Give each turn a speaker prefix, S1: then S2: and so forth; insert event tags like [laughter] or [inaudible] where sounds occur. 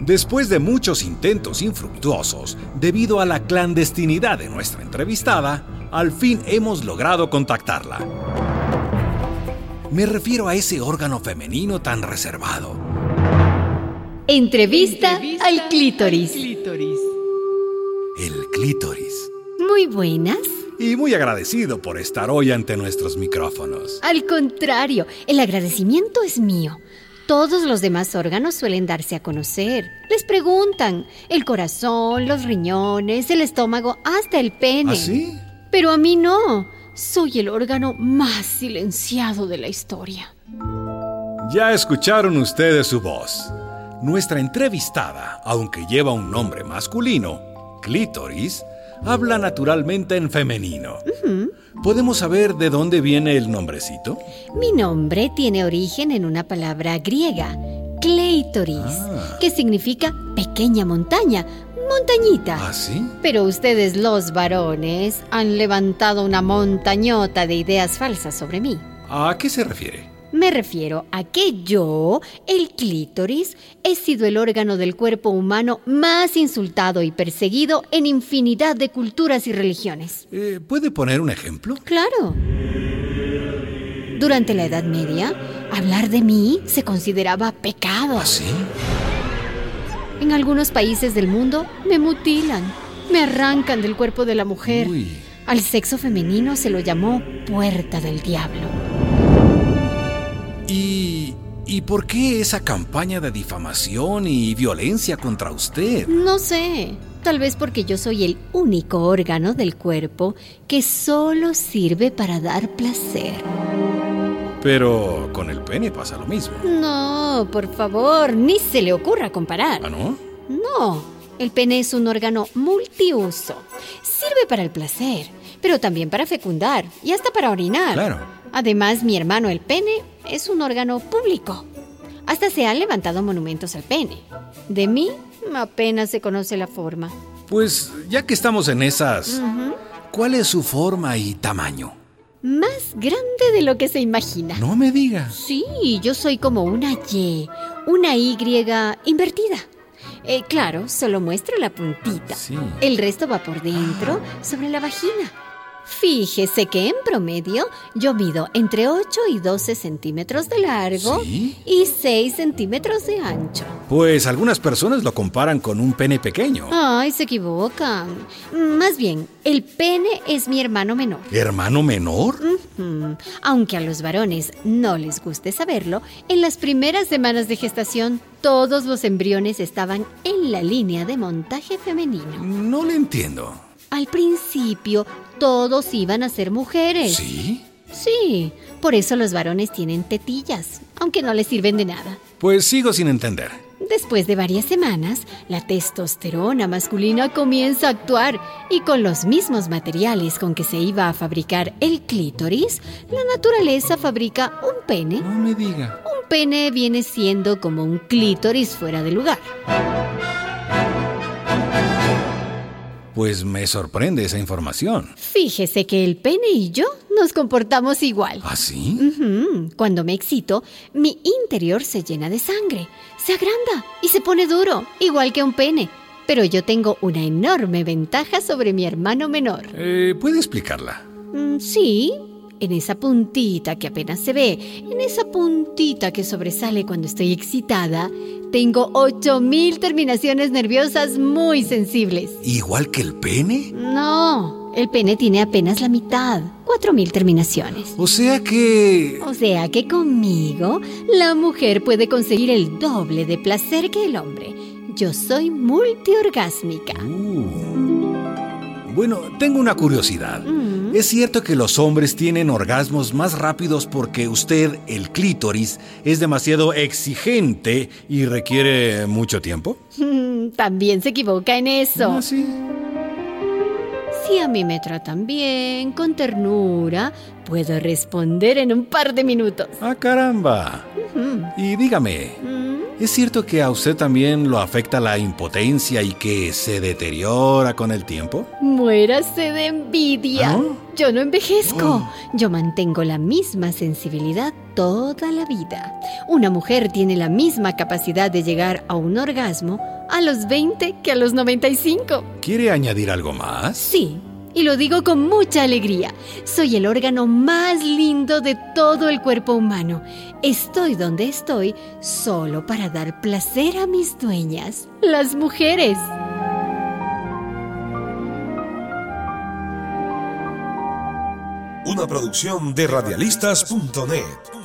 S1: Después de muchos intentos infructuosos, debido a la clandestinidad de nuestra entrevistada, al fin hemos logrado contactarla. Me refiero a ese órgano femenino tan reservado.
S2: Entrevista, al clítoris.
S1: El clítoris.
S2: Muy buenas.
S1: Y muy agradecido por estar hoy ante nuestros micrófonos.
S2: Al contrario, el agradecimiento es mío. Todos los demás órganos suelen darse a conocer. Les preguntan. El corazón, los riñones, el estómago, hasta el pene.
S1: ¿Así?
S2: Pero a mí no. Soy el órgano más silenciado de la historia.
S1: Ya escucharon ustedes su voz. Nuestra entrevistada, aunque lleva un nombre masculino, clítoris, habla naturalmente en femenino. ¿Podemos saber de dónde viene el nombrecito?
S2: Mi nombre tiene origen en una palabra griega, cleitoris,
S1: Ah.
S2: que significa pequeña montaña, montañita.
S1: ¿Ah, sí?
S2: Pero ustedes los varones han levantado una montañota de ideas falsas sobre mí.
S1: ¿A qué se refiere?
S2: Me refiero a que yo, el clítoris, he sido el órgano del cuerpo humano más insultado y perseguido en infinidad de culturas y religiones.
S1: Eh, ¿Puede poner un ejemplo?
S2: Claro. Durante la Edad Media, hablar de mí se consideraba pecado.
S1: ¿Ah, sí?
S2: En algunos países del mundo me mutilan, me arrancan del cuerpo de la mujer.
S1: Uy.
S2: Al sexo femenino se lo llamó puerta del diablo.
S1: ¿Y, ¿Y por qué esa campaña de difamación y violencia contra usted?
S2: No sé, tal vez porque yo soy el único órgano del cuerpo que solo sirve para dar placer.
S1: Pero con el pene pasa lo mismo.
S2: No, por favor, ni se le ocurra comparar.
S1: ¿Ah, no?
S2: No, el pene es un órgano multiuso. Sirve para el placer, pero también para fecundar y hasta para orinar.
S1: Claro.
S2: Además, mi hermano el pene es un órgano público. Hasta se han levantado monumentos al pene. De mí apenas se conoce la forma.
S1: Pues ya que estamos en esas, ¿cuál es su forma y tamaño?
S2: Más grande de lo que se imagina.
S1: No me diga.
S2: Sí, yo soy como una Y, una Y invertida. Eh, claro, solo muestro la puntita.
S1: Ah, Sí. Ah.
S2: El resto va por dentro, sobre la vagina. Fíjese que en promedio yo mido entre 8 y 12 centímetros de largo
S1: ¿Sí?
S2: y 6 centímetros de ancho.
S1: Pues algunas personas lo comparan con un pene pequeño.
S2: Ay, se equivocan. Más bien, el pene es mi hermano menor.
S1: ¿Hermano menor?
S2: Mm, Aunque a los varones no les guste saberlo, en las primeras semanas de gestación todos los embriones estaban en la línea de montaje femenino.
S1: No le entiendo.
S2: Al principio todos iban a ser mujeres.
S1: ¿Sí?
S2: Sí, por eso los varones tienen tetillas, aunque no les sirven de nada.
S1: Pues sigo sin entender.
S2: Después de varias semanas, la testosterona masculina comienza a actuar y con los mismos materiales con que se iba a fabricar el clítoris, la naturaleza fabrica un pene.
S1: No me diga.
S2: Un pene viene siendo como un clítoris fuera de lugar.
S1: Pues me sorprende esa información.
S2: Fíjese que el pene y yo nos comportamos igual.
S1: ¿Ah,
S2: Mm.
S1: sí?
S2: Ujú, Cuando me excito, mi interior se llena de sangre, se agranda y se pone duro, igual que un pene. Pero yo tengo una enorme ventaja sobre mi hermano menor.
S1: Eh, ¿Puede explicarla?
S2: Mm, sí, en esa puntita que apenas se ve, en esa puntita que sobresale cuando estoy excitada, tengo 8000 terminaciones nerviosas muy sensibles.
S1: ¿Igual que el pene?
S2: No, el pene tiene apenas la mitad, 4000 terminaciones.
S1: O sea que...
S2: O sea que conmigo, la mujer puede conseguir el doble de placer que el hombre. Yo soy multiorgásmica. [laughs]
S1: Uh. Bueno, tengo una curiosidad.
S2: Mm.
S1: ¿Es cierto que los hombres tienen orgasmos más rápidos porque usted, el clítoris, es demasiado exigente y requiere mucho tiempo?
S2: También se equivoca en eso.
S1: Ah, sí.
S2: Si a mí me tratan bien, con ternura, puedo responder en un par de minutos.
S1: Ah, caramba.
S2: Ujú.
S1: Y dígame,
S2: Mm,
S1: ¿es cierto que a usted también lo afecta la impotencia y que se deteriora con el tiempo?
S2: Muérase de envidia.
S1: ¿Ah?
S2: Yo no envejezco. Yo mantengo la misma sensibilidad toda la vida. Una mujer tiene la misma capacidad de llegar a un orgasmo a los 20 que a los 95.
S1: ¿Quiere añadir algo más?
S2: Sí, y lo digo con mucha alegría. Soy el órgano más lindo de todo el cuerpo humano. Estoy donde estoy solo para dar placer a mis dueñas, las mujeres.
S3: Una producción de radialistas.net.